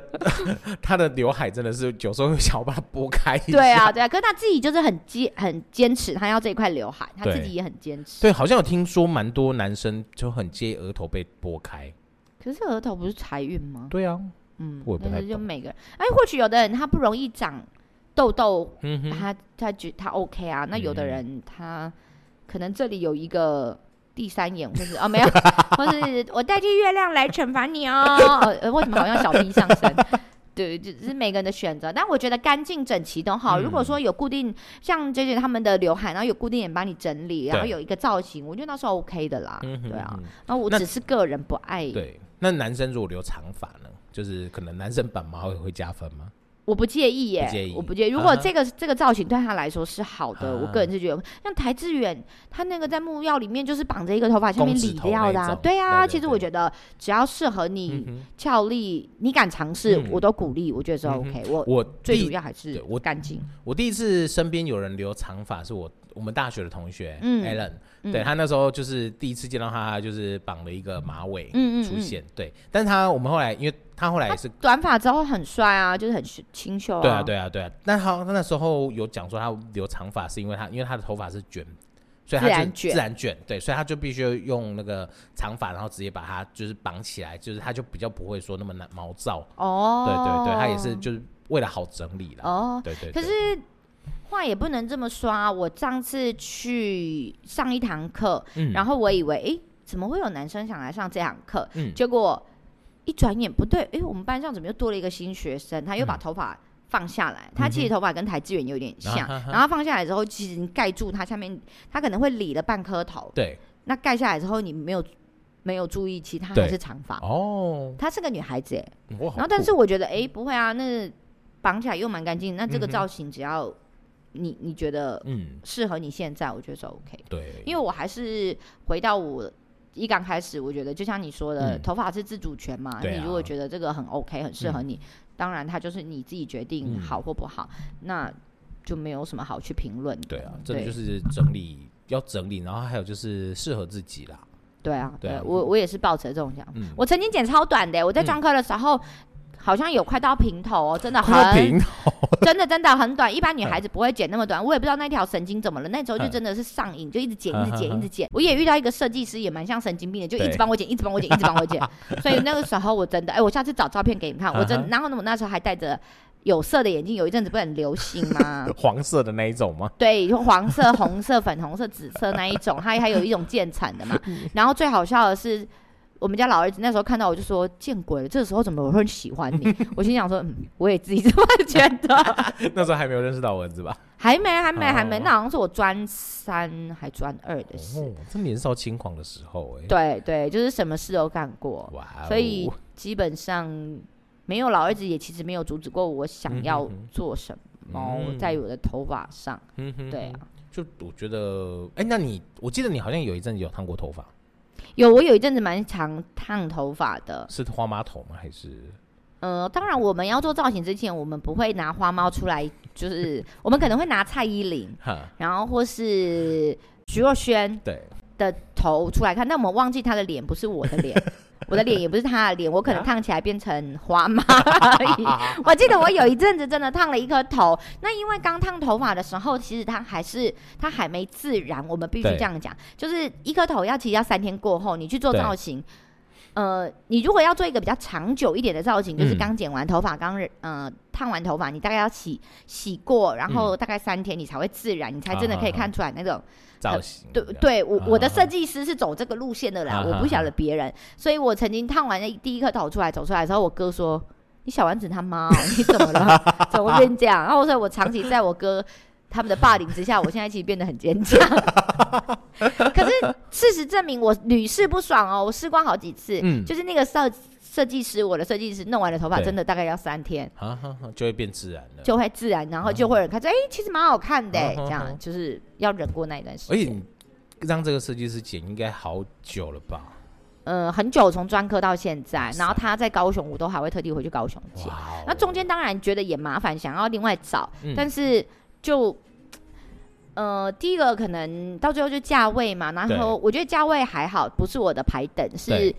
Speaker 2: 他的刘海真的是有时候会想要把它拨开一下，
Speaker 1: 对啊，对啊，可是他自己就是很坚很坚持，他要这一块刘海，他自
Speaker 2: 对
Speaker 1: 己也很坚持。
Speaker 2: 对，好像有听说蛮多男生就很介意额头被拨开。
Speaker 1: 可是额头不是财运吗？
Speaker 2: 对啊，
Speaker 1: 嗯，
Speaker 2: 我也不
Speaker 1: 但
Speaker 2: 太
Speaker 1: 是就
Speaker 2: 懂
Speaker 1: 每个人，哎，或许有的人他不容易长痘痘，
Speaker 2: 嗯哼，
Speaker 1: 他他觉他 OK 啊，那有的
Speaker 2: 嗯
Speaker 1: 人他可能这里有一个第三眼，或是啊、没有，或是我带去月亮来惩罚你哦。呃呃为什么好像小 B 上身？ 对，就是每个人的选择，但我觉得干净整齐都好。如果
Speaker 2: 嗯
Speaker 1: 说有固定像 J J 他们的刘海，然后有固定点帮你整理，然后
Speaker 2: 对
Speaker 1: 有一个造型，我觉得那是 OK 的啦。
Speaker 2: 嗯哼
Speaker 1: 对啊
Speaker 2: 嗯，
Speaker 1: 那我
Speaker 2: 那
Speaker 1: 只是个人不爱，
Speaker 2: 对。那男生如果留长发呢？就是可能男生版毛会会加分吗？
Speaker 1: 我不介意耶，
Speaker 2: 不介意
Speaker 1: 我不介意。如果
Speaker 2: 啊
Speaker 1: 这个、这个造型对他来说是好的，我个人是觉得，像台志远他那个在木曜里面就是绑着一个头发下面
Speaker 2: 公子
Speaker 1: 理
Speaker 2: 头
Speaker 1: 掉的、
Speaker 2: 那
Speaker 1: 啊，
Speaker 2: 种
Speaker 1: 对啊。
Speaker 2: 对对
Speaker 1: 其实我觉得只要适合你
Speaker 2: 嗯
Speaker 1: 俏丽，你敢尝试，
Speaker 2: 嗯
Speaker 1: 我都鼓励，我觉得是
Speaker 2: 嗯
Speaker 1: OK、
Speaker 2: 哼，
Speaker 1: 我
Speaker 2: 我
Speaker 1: 最主
Speaker 2: 第
Speaker 1: 要还是
Speaker 2: 对我
Speaker 1: 干净，
Speaker 2: 我第一次身边有人留长发，是我我们大学的同学
Speaker 1: 嗯
Speaker 2: Alan，
Speaker 1: 嗯
Speaker 2: 对他那时候就是第一次见到他，就是绑了一个马尾
Speaker 1: 嗯嗯
Speaker 2: 出
Speaker 1: 嗯
Speaker 2: 现。对，但是他我们后来，因为他后来也是
Speaker 1: 短发之后很帅啊，就是很清秀啊。
Speaker 2: 对啊，对啊，对啊。那他他那时候有讲说他留长发是因为他因为他的头发是卷，所以他
Speaker 1: 自
Speaker 2: 就
Speaker 1: 然卷
Speaker 2: 自然卷，对，所以他就必须用那个长发，然后直接把它就是绑起来，就是他就比较不会说那么难毛躁。
Speaker 1: 哦，
Speaker 2: 对对对，他也是就是为了好整理啦。
Speaker 1: 哦，
Speaker 2: 对对
Speaker 1: 可
Speaker 2: 对，
Speaker 1: 是话也不能这么说啊！我上次去上一堂课，
Speaker 2: 嗯
Speaker 1: 然后我以为，诶，怎么会有男生想来上这堂课？
Speaker 2: 嗯
Speaker 1: 结果一转眼不对，诶，我们班上怎么又多了一个新学生？他又把
Speaker 2: 嗯
Speaker 1: 头发放下来，他其实头发跟台志远有点像，
Speaker 2: 啊哈哈
Speaker 1: 然后放下来之后，其实你盖住他下面，他可能会理了半颗头。
Speaker 2: 对
Speaker 1: 那盖下来之后，你没有没有注意，其实他还
Speaker 2: 对
Speaker 1: 是长发。
Speaker 2: 哦，
Speaker 1: 她是个女孩子、诶。
Speaker 2: 我好
Speaker 1: 啊然后，但
Speaker 2: 酷
Speaker 1: 是我觉得，哎、不会啊，那绑起来又蛮干净。那这个
Speaker 2: 嗯哼
Speaker 1: 造型，只要你你觉得
Speaker 2: 嗯
Speaker 1: 适合你现在，我觉得是 OK 的。
Speaker 2: 对，
Speaker 1: 因为我还是回到我一刚开始，我觉得就像你说的，
Speaker 2: 嗯
Speaker 1: 头发是自主权嘛。
Speaker 2: 对啊
Speaker 1: 你如果觉得这个很 OK，很适合你，当然它就是你自己决定
Speaker 2: 嗯
Speaker 1: 好或不好，那就没有什么好去评论的。
Speaker 2: 对啊，真的就是整理要整理，然后还有就是适合自己啦。
Speaker 1: 对啊，
Speaker 2: 对啊
Speaker 1: 我我也是抱持这种想法。
Speaker 2: 嗯
Speaker 1: 啊我曾经剪超短的、我在专科的时候。好像有快到平头哦，真的
Speaker 2: 快要
Speaker 1: 很
Speaker 2: 平
Speaker 1: 真的真的很短，一般女孩子不会剪那么短，我也不知道那条神经怎么了，那时候就
Speaker 2: 嗯
Speaker 1: 真的是上瘾，就一直剪，
Speaker 2: 嗯
Speaker 1: 一直剪，
Speaker 2: 嗯嗯
Speaker 1: 一直剪。我也遇到一个设计师，也蛮像神经病的，就
Speaker 2: 对
Speaker 1: 一直帮我剪，一直帮我剪，一直帮我剪。所以那个时候我真的，哎，我下次找照片给你看，我
Speaker 2: 嗯
Speaker 1: 真，
Speaker 2: 哼？
Speaker 1: 然后呢，我那时候还戴着有色的眼镜，有一阵子不是很流行吗
Speaker 2: 黄色的那一种吗？
Speaker 1: 对，就黄色、红色、粉红色、紫色那一种，它还有一种渐层的嘛。然后最好笑的是，我们家老儿子那时候看到我就说：“见鬼了，这时候怎么有人喜欢你？”我心想说：“嗯，我也自己这么觉得。”
Speaker 2: 那时候还没有认识到蚊子吧？
Speaker 1: 还没，还没，还没，
Speaker 2: 哦
Speaker 1: 那好像是我专三还专二的事。
Speaker 2: 哦，这年少轻狂的时候哎、
Speaker 1: 对对，就是什么事都干过，
Speaker 2: 哇哦、
Speaker 1: 所以基本上没有老儿子也其实没有阻止过我想要
Speaker 2: 嗯哼哼
Speaker 1: 做什么
Speaker 2: 嗯
Speaker 1: 在我的头发上。
Speaker 2: 嗯哼
Speaker 1: 对啊，
Speaker 2: 就我觉得，哎、那你我记得你好像有一阵子有烫过头发，
Speaker 1: 有，我有一阵子蛮常烫头发的。
Speaker 2: 是花马桶吗？还是
Speaker 1: 呃，当然我们要做造型之前，我们不会拿花猫出来，就是我们可能会拿蔡依林，
Speaker 2: 哈？
Speaker 1: 然后或是徐若瑄
Speaker 2: 嗯对，
Speaker 1: 的头出来看，但我们忘记她的脸不是我的 脸。我的脸也不是她的脸，我可
Speaker 2: 啊
Speaker 1: 能烫起来变成花 妈而已。我记得我有一阵子真的烫了一颗头，那因为刚烫头发的时候，其实它还是它还没自然，我们必须
Speaker 2: 对
Speaker 1: 这样讲，就是一颗头要其实要三天过后，你去做
Speaker 2: 对
Speaker 1: 造型。呃，你如果要做一个比较长久一点的造型，就是
Speaker 2: 嗯
Speaker 1: 刚剪完头发，刚呃烫完头发，你大概要洗洗过，然
Speaker 2: 嗯
Speaker 1: 后大概三天你才会自然，你才真的可以
Speaker 2: 啊啊啊
Speaker 1: 看出来那种
Speaker 2: 造型
Speaker 1: 对
Speaker 2: 这样
Speaker 1: 对，我
Speaker 2: 啊
Speaker 1: 我的
Speaker 2: 啊
Speaker 1: 设计师是走这个路线的啦，
Speaker 2: 啊
Speaker 1: 我
Speaker 2: 啊
Speaker 1: 不晓
Speaker 2: 啊
Speaker 1: 得别人，所以我曾经烫完那第一颗头出来走出来的时候，我哥说：“你小丸子他妈哦、 你怎么了？怎么会变这样？”然后所以，我长期在我哥他们的霸凌之下，我现在其实变得很坚强。 可是事实证明，我屡试不爽哦，我试过好几次，
Speaker 2: 嗯
Speaker 1: 就是那个设设计师，我的设计师弄完了头发，
Speaker 2: 对
Speaker 1: 真的大概要三天。
Speaker 2: 啊哈哈，就会变自然了。
Speaker 1: 就会自然，然后就会有人看说，哎、其实蛮好看的、欸
Speaker 2: 啊啊
Speaker 1: 这
Speaker 2: 啊
Speaker 1: 样就是要忍过那一段时
Speaker 2: 而且
Speaker 1: 间。
Speaker 2: 你让这个设计师剪应该好久了吧？
Speaker 1: 呃，很久，从专科到现在
Speaker 2: 哇，塞
Speaker 1: 然后他在高雄，我都还会特地回去高雄剪。
Speaker 2: 哇哦，
Speaker 1: 那中间当然觉得也麻烦，想要另外找，
Speaker 2: 嗯
Speaker 1: 但是就。呃，第一个可能到最后就价位嘛，然后我觉得价位还好，不是我的排等，是
Speaker 2: 对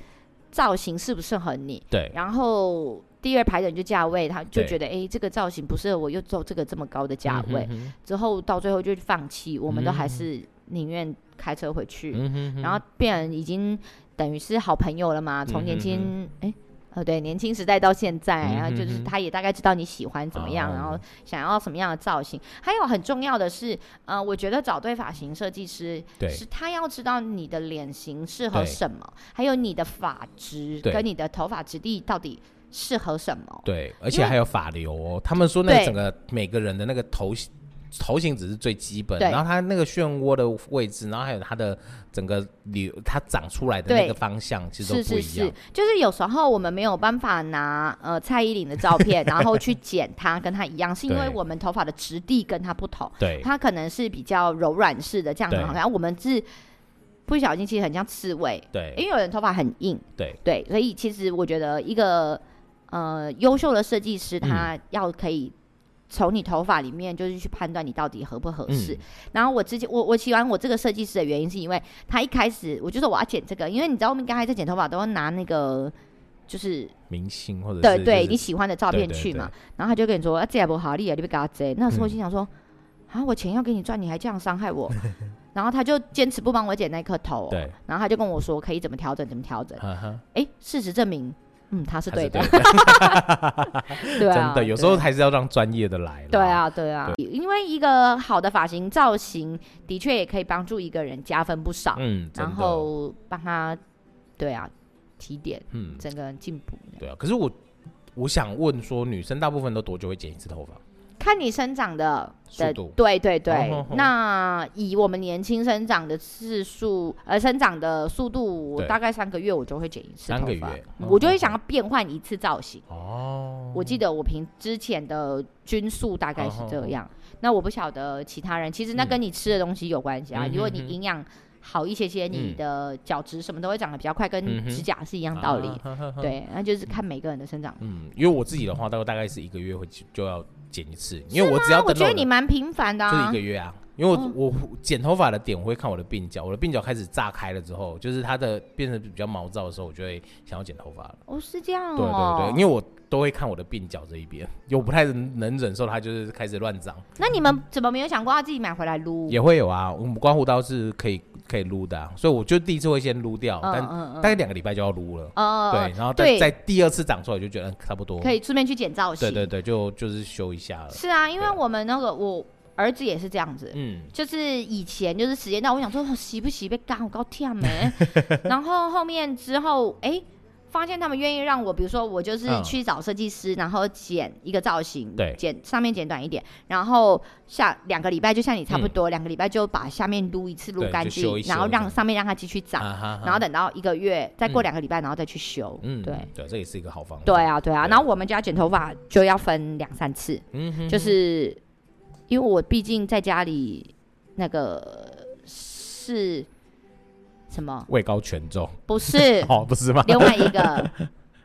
Speaker 1: 造型适不适合你。
Speaker 2: 对
Speaker 1: 然后第二排等就价位，他就
Speaker 2: 对
Speaker 1: 觉得诶，这个造型不适合我，又走这个这么高的价位，
Speaker 2: 嗯
Speaker 1: 之后到最后就放弃，我们都还
Speaker 2: 嗯
Speaker 1: 是宁愿开车回去。
Speaker 2: 哼哼嗯
Speaker 1: 然后变成已经等于是好朋友了嘛，从年轻哎、呃对年轻时代到现在，
Speaker 2: 嗯嗯哼
Speaker 1: 然后就是
Speaker 2: 哼
Speaker 1: 他也大概知道你喜欢怎么样，
Speaker 2: 哦
Speaker 1: 然后想要什么样的造型。还有很重要的是，呃，我觉得找对发型设计师，
Speaker 2: 对
Speaker 1: 是他要知道你的脸型适合
Speaker 2: 对
Speaker 1: 什么，还有你的发质
Speaker 2: 对
Speaker 1: 跟你的头发质地到底适合什么。
Speaker 2: 对，而
Speaker 1: 因
Speaker 2: 且
Speaker 1: 为
Speaker 2: 还有发流哦。他们说那
Speaker 1: 对
Speaker 2: 整个每个人的那个头型头型只是最基本，
Speaker 1: 对
Speaker 2: 然后他那个漩涡的位置，然后还有他的整个流，它长出来的
Speaker 1: 对
Speaker 2: 那个方向其实
Speaker 1: 是
Speaker 2: 都
Speaker 1: 是
Speaker 2: 不一样
Speaker 1: 是。，就是有时候我们没有办法拿呃蔡依林的照 片，然后去剪它，跟它一样，是因为
Speaker 2: 对
Speaker 1: 我们头发的质地跟它不同。
Speaker 2: 对
Speaker 1: 它可能是比较柔软式的，这样很好看。
Speaker 2: 对
Speaker 1: 然后我们是不小心，其实很像刺猬，因
Speaker 2: 对
Speaker 1: 为有人头发很硬，
Speaker 2: 对
Speaker 1: 对，所以其实我觉得一个呃优秀的设计师，
Speaker 2: 嗯
Speaker 1: 他要可以从你头发里面就是去判断你到底合不合
Speaker 2: 嗯
Speaker 1: 适。然后我之前我我喜欢我这个设计师的原因，是因为他一开始我就说我要剪这个，因为你知道我们刚才在剪头发都会拿那个。就是
Speaker 2: 明星或者
Speaker 1: 对
Speaker 2: 是
Speaker 1: 对、
Speaker 2: 就是
Speaker 1: 你喜欢的照片
Speaker 2: 对对嗯
Speaker 1: 去嘛，然后他就跟你说啊，这也不好，你也你别给他摘。那时候我心想说，啊，我钱要给你赚，你还这样伤害 我。然后他就坚持不帮我剪那颗头、
Speaker 2: 对，
Speaker 1: 然后他就跟我说可以怎么调整，怎么调整。
Speaker 2: 哈哈，
Speaker 1: 哎，事实证明，嗯，他是
Speaker 2: 还
Speaker 1: 对的，
Speaker 2: 是 对的，
Speaker 1: 对啊，
Speaker 2: 真的，有时候
Speaker 1: 对
Speaker 2: 还是要让专业的来啦。
Speaker 1: 对啊，对啊，因为一个好的发型造型，的确也可以帮助一个人加分不少，
Speaker 2: 嗯，真
Speaker 1: 然
Speaker 2: 的
Speaker 1: 后帮他，对啊，提点
Speaker 2: 嗯，
Speaker 1: 整个人进步。
Speaker 2: 对啊。可是我我想问说，女生大部分都多久会剪一次头发？
Speaker 1: 看你生长的的
Speaker 2: 速度
Speaker 1: 对对对。
Speaker 2: 哦吼吼
Speaker 1: 那以我们年轻生长的次数，呃，生长的速度，我
Speaker 2: 对
Speaker 1: 大概三个月我就会剪一次
Speaker 2: 三
Speaker 1: 头
Speaker 2: 个
Speaker 1: 发
Speaker 2: 月
Speaker 1: 嗯
Speaker 2: 哦
Speaker 1: 我就会
Speaker 2: 吼
Speaker 1: 想要变换一次造型。
Speaker 2: 哦，
Speaker 1: 我记得我平之前的均数大概是
Speaker 2: 哦吼
Speaker 1: 这
Speaker 2: 吼
Speaker 1: 样。那我不晓得其他人，其实那跟你吃的东西有关系啊。
Speaker 2: 嗯
Speaker 1: 如果你
Speaker 2: 嗯哼
Speaker 1: 营养好一些些，你
Speaker 2: 嗯
Speaker 1: 的角质什么都会长得比较快，
Speaker 2: 嗯
Speaker 1: 跟
Speaker 2: 哼
Speaker 1: 指甲是一样道理。
Speaker 2: 啊哈哈哈
Speaker 1: 对，那就是看每个人的生长。
Speaker 2: 嗯，因为我自己的话，大概大概是一个月会就要剪一次，因为我只
Speaker 1: 那
Speaker 2: 要
Speaker 1: 我
Speaker 2: 等
Speaker 1: 觉得
Speaker 2: 到我
Speaker 1: 你
Speaker 2: 的
Speaker 1: 蛮频繁的
Speaker 2: 就是
Speaker 1: 啊
Speaker 2: 一个。月啊，因为我、
Speaker 1: 嗯
Speaker 2: 我剪头发的点我会看我的鬓角，我的鬓角开始炸开了之后，就是它的变得比较毛躁的时候，我就会想要剪头发了。
Speaker 1: 哦，是这样
Speaker 2: 对
Speaker 1: 哦。
Speaker 2: 对对，因为我都会看我的鬓角这一边，我不太能忍受它就是开始乱长，
Speaker 1: 那你们怎么没有想过要自己买回来撸？
Speaker 2: 也会有啊。我们刮胡刀是可以可以撸的、啊，所以我就第一次会先撸掉，
Speaker 1: 嗯
Speaker 2: 但
Speaker 1: 嗯
Speaker 2: 大
Speaker 1: 嗯
Speaker 2: 概两个礼拜就要撸了。
Speaker 1: 呃，
Speaker 2: 对，然后
Speaker 1: 对
Speaker 2: 再在第二次长出来，我就觉得嗯差不多。
Speaker 1: 可以顺便去剪造型。
Speaker 2: 对对对，就就是修一下了。
Speaker 1: 是啊，因为
Speaker 2: 对
Speaker 1: 我们那个我儿子也是这样子。
Speaker 2: 嗯，
Speaker 1: 就是以前就是时间到，我想说哦洗不洗被干，我搞跳 没。然后后面之后，哎、发现他们愿意让我，比如说我就是
Speaker 2: 嗯
Speaker 1: 去找设计师，然后剪一个造型，
Speaker 2: 对
Speaker 1: 剪上面剪短一点，然后下两个礼拜就像你差不多，两、个礼拜就把下面撸一次撸
Speaker 2: 嗯对
Speaker 1: 干
Speaker 2: 就
Speaker 1: 净
Speaker 2: 修一，修
Speaker 1: 然后
Speaker 2: 这
Speaker 1: 让
Speaker 2: 样
Speaker 1: 上面让它继续长，
Speaker 2: 啊哈哈
Speaker 1: 然后等到一个月，再过
Speaker 2: 嗯
Speaker 1: 两个礼拜，然后再去修。
Speaker 2: 嗯，
Speaker 1: 对。
Speaker 2: 对，这也是一个好方法。
Speaker 1: 对啊，对啊，
Speaker 2: 对
Speaker 1: 然后我们家剪头发就要分两三次，
Speaker 2: 嗯哼，嗯
Speaker 1: 就是因为我毕竟在家里那个是什么？
Speaker 2: 位高权重，，
Speaker 1: 不是
Speaker 2: 哦，不是吗？
Speaker 1: 另外一个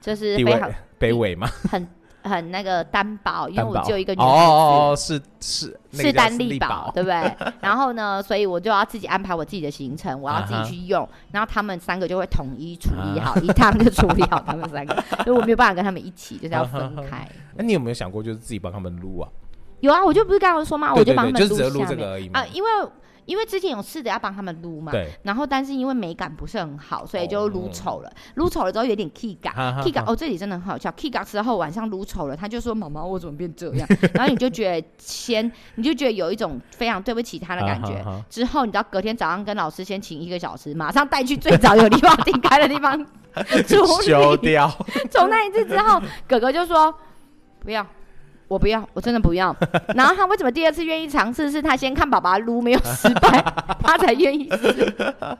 Speaker 1: 就是
Speaker 2: 地
Speaker 1: 非
Speaker 2: 位
Speaker 1: 常
Speaker 2: 卑微吗？
Speaker 1: 很很那个担保，因为
Speaker 2: 担
Speaker 1: 我
Speaker 2: 保
Speaker 1: 只有一个女
Speaker 2: 哦
Speaker 1: 孩子。
Speaker 2: 哦哦，是是那
Speaker 1: 势
Speaker 2: 个叫
Speaker 1: 单
Speaker 2: 斯
Speaker 1: 力
Speaker 2: 利
Speaker 1: 薄，对不 对？然后呢，所以我就要自己安排我自己的行程，我要自
Speaker 2: 啊哈
Speaker 1: 己去用。然后他们三个就会统一处理
Speaker 2: 啊
Speaker 1: 好，一趟就处理好他们 三个，因为我没有办法跟他们一起，就是要分开。
Speaker 2: 那你有没有想过，就是自己帮他们录啊？
Speaker 1: 有啊，我就不是刚刚说吗？我
Speaker 2: 对对
Speaker 1: 帮他
Speaker 2: 对，
Speaker 1: 们
Speaker 2: 就是只有录
Speaker 1: 下
Speaker 2: 这个
Speaker 1: 面
Speaker 2: 而已嘛
Speaker 1: 啊，。因为因为之前有试着要帮他们撸嘛，
Speaker 2: 对，
Speaker 1: 然后但是因为美感不是很好，所以就撸
Speaker 2: 哦
Speaker 1: 丑了。撸丑了之后有点 key 感，
Speaker 2: 哈哈
Speaker 1: K 港
Speaker 2: 哈
Speaker 1: 哦，这里真的很好笑。K 港之后晚上撸丑了，他就说：“妈妈，我怎么变这样？” 然后你就觉得先，你就觉得有一种非常对不起他的感觉。
Speaker 2: 哈 哈哈
Speaker 1: 之后你知道隔天早上跟老师先请一个小时，马上带去最早有地方停开的地方处
Speaker 2: 修
Speaker 1: 理。
Speaker 2: 掉，
Speaker 1: 从那一次之后，哥哥就说：“不要。”我不要，我真的不要。然后他为什么第二次愿意尝试？是他先看爸爸撸没有失败，他才愿意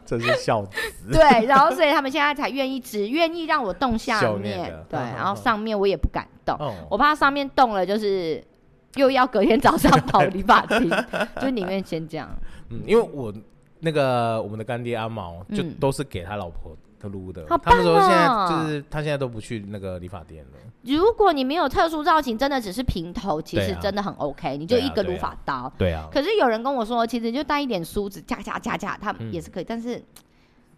Speaker 2: 真是笑
Speaker 1: 对，然后所以他们现在才愿意，只愿意让我动下
Speaker 2: 下面
Speaker 1: 面
Speaker 2: 的，
Speaker 1: 对，
Speaker 2: 嗯嗯
Speaker 1: 然后
Speaker 2: 嗯
Speaker 1: 上面我也不敢动，
Speaker 2: 哦。
Speaker 1: 我怕上面动了就是又要隔天早上跑理发 厅，就宁愿先这样。
Speaker 2: 嗯，因为我那个我们的干爹阿毛就
Speaker 1: 嗯
Speaker 2: 都是给他老婆撸的
Speaker 1: 好，
Speaker 2: 他们说
Speaker 1: 棒
Speaker 2: 现在
Speaker 1: 哦
Speaker 2: 就是他现在都不去那个理发店了。
Speaker 1: 如果你没有特殊造型，真的只是平头，其
Speaker 2: 对
Speaker 1: 实
Speaker 2: 啊
Speaker 1: 真的很 OK，你就
Speaker 2: 对啊
Speaker 1: 一个
Speaker 2: 对
Speaker 1: 撸
Speaker 2: 啊
Speaker 1: 发刀。
Speaker 2: 对啊，
Speaker 1: 可是有人跟我说，其实就带一点梳子，夹夹夹夹，他
Speaker 2: 嗯
Speaker 1: 也是可以。但是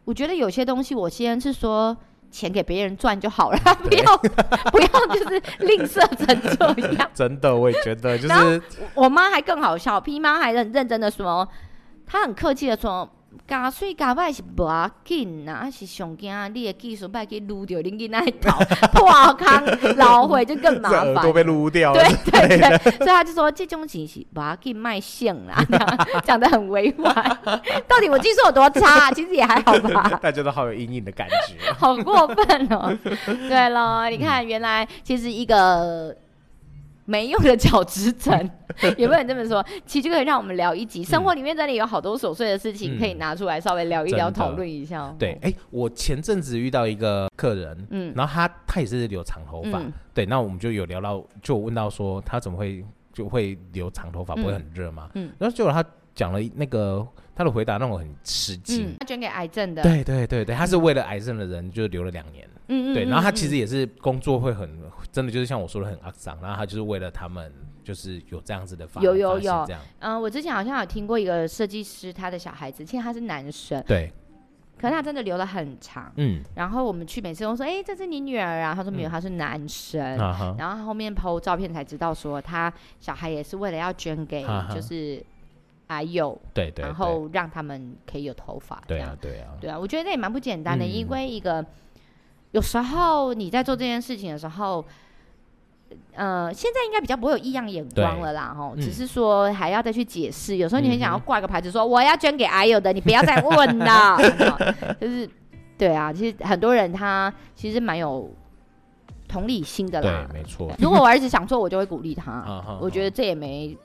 Speaker 1: 我觉得有些东西，我先是说钱给别人赚就好了， 不要不要就是吝啬成这样。
Speaker 2: 真的我也觉得就
Speaker 1: 然后
Speaker 2: 是
Speaker 1: 我妈还更好笑，P 妈还很认真的说，她很客气的说，加水加歹是无要紧呐，啊是上惊你的技术歹去撸着恁囡仔的头 破空老回就更麻
Speaker 2: 这耳朵
Speaker 1: 烦。
Speaker 2: 被撸掉了
Speaker 1: 对，对对，所以她就说这种情形不要紧，卖性啦， 这样讲的很委婉。 到底我技术有多差、其实也还好吧。
Speaker 2: 大家都好有阴影的感觉。
Speaker 1: 好过分 哦！对咯，你
Speaker 2: 嗯
Speaker 1: 看，原来其实一个没用的角质 层，也不能这么说，其实就可以让我们聊一集。生活里面真的有好多琐碎的事情
Speaker 2: 嗯
Speaker 1: 可以拿出来稍微聊一聊、
Speaker 2: 真的
Speaker 1: 讨论一下哦。
Speaker 2: 对，哎、我前阵子遇到一个客人，
Speaker 1: 嗯
Speaker 2: 然后他他也是留长头发，
Speaker 1: 嗯
Speaker 2: 对，那我们就有聊到，就问到说他怎么会就会留长头发，
Speaker 1: 嗯
Speaker 2: 不会很热吗？
Speaker 1: 嗯
Speaker 2: 然后结果他讲了一那个他的回答让我很吃惊。
Speaker 1: 嗯，他捐给癌症的，
Speaker 2: 对对对对，他是为了癌症的人就留了两年，
Speaker 1: 嗯嗯，
Speaker 2: 对，
Speaker 1: 嗯
Speaker 2: 然后他
Speaker 1: 嗯
Speaker 2: 其实也是工作会很，真的就是像我说的很肮脏，然后他就是为了他们就是有这样子的发
Speaker 1: 有有
Speaker 2: 发型
Speaker 1: 有
Speaker 2: 这样，
Speaker 1: 嗯，我之前好像有听过一个设计师，他的小孩子，其实他是男生，
Speaker 2: 对，
Speaker 1: 可是他真的留了很长。
Speaker 2: 嗯，
Speaker 1: 然后我们去每次都说，哎，这是你女儿啊，他说没有，他是男生。
Speaker 2: 啊哈，
Speaker 1: 呃然后他后面 PO 照片才知道，说他小孩也是为了要捐给
Speaker 2: 哈哈
Speaker 1: 就是阿幼，
Speaker 2: 对对，
Speaker 1: 然后让他们可以有头发这
Speaker 2: 对对
Speaker 1: 样
Speaker 2: 啊。对啊，
Speaker 1: 对啊，我觉得这也蛮不简单的，
Speaker 2: 嗯
Speaker 1: 因为一个有时候你在做这件事情的时候。呃，现在应该比较不会有异样眼光了啦，吼，
Speaker 2: 嗯
Speaker 1: 只是说还要再去解释。有时候你很想要
Speaker 2: 嗯
Speaker 1: 挂个牌子说我要捐给阿友的，你不要再问 了，有没有就是对啊，其实很多人他其实蛮有同理心的啦
Speaker 2: 对，，没错，
Speaker 1: 如果我儿子想做，我就会鼓励他。
Speaker 2: 啊哈
Speaker 1: 我觉得这也没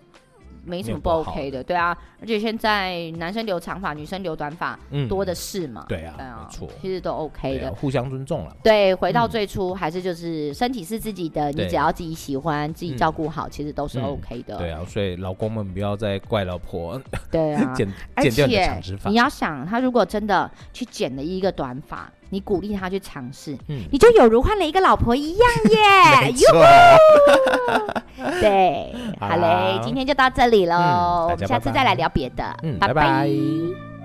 Speaker 1: 没什么不
Speaker 2: 没有不好
Speaker 1: OK 的，对啊。而且现在男生留长发，女生留短发
Speaker 2: 嗯
Speaker 1: 多的是嘛，
Speaker 2: 对啊，没错，
Speaker 1: 其实都 OK
Speaker 2: 对啊
Speaker 1: 的。
Speaker 2: 互相尊重了。
Speaker 1: 对，回到
Speaker 2: 嗯
Speaker 1: 最初，还是就是身体是自己的，你
Speaker 2: 对
Speaker 1: 只要自己喜欢，自己照顾好，其实都是
Speaker 2: 嗯
Speaker 1: OK 的。
Speaker 2: 对啊，所以老公们不要再怪老婆
Speaker 1: 对 啊，
Speaker 2: 剪
Speaker 1: 而
Speaker 2: 剪掉你的
Speaker 1: 且
Speaker 2: 长直发
Speaker 1: 你。要想，他如果真的去剪了一个短发，你鼓励他去尝试，
Speaker 2: 嗯，
Speaker 1: 你就有如换了一个老婆一样耶
Speaker 2: 没！错，
Speaker 1: 对，
Speaker 2: 好
Speaker 1: 好嘞
Speaker 2: 啦，
Speaker 1: 今天就到这里喽，
Speaker 2: 嗯大家
Speaker 1: 我们下次
Speaker 2: 拜拜
Speaker 1: 再来聊别的，
Speaker 2: 嗯，
Speaker 1: 拜
Speaker 2: 拜拜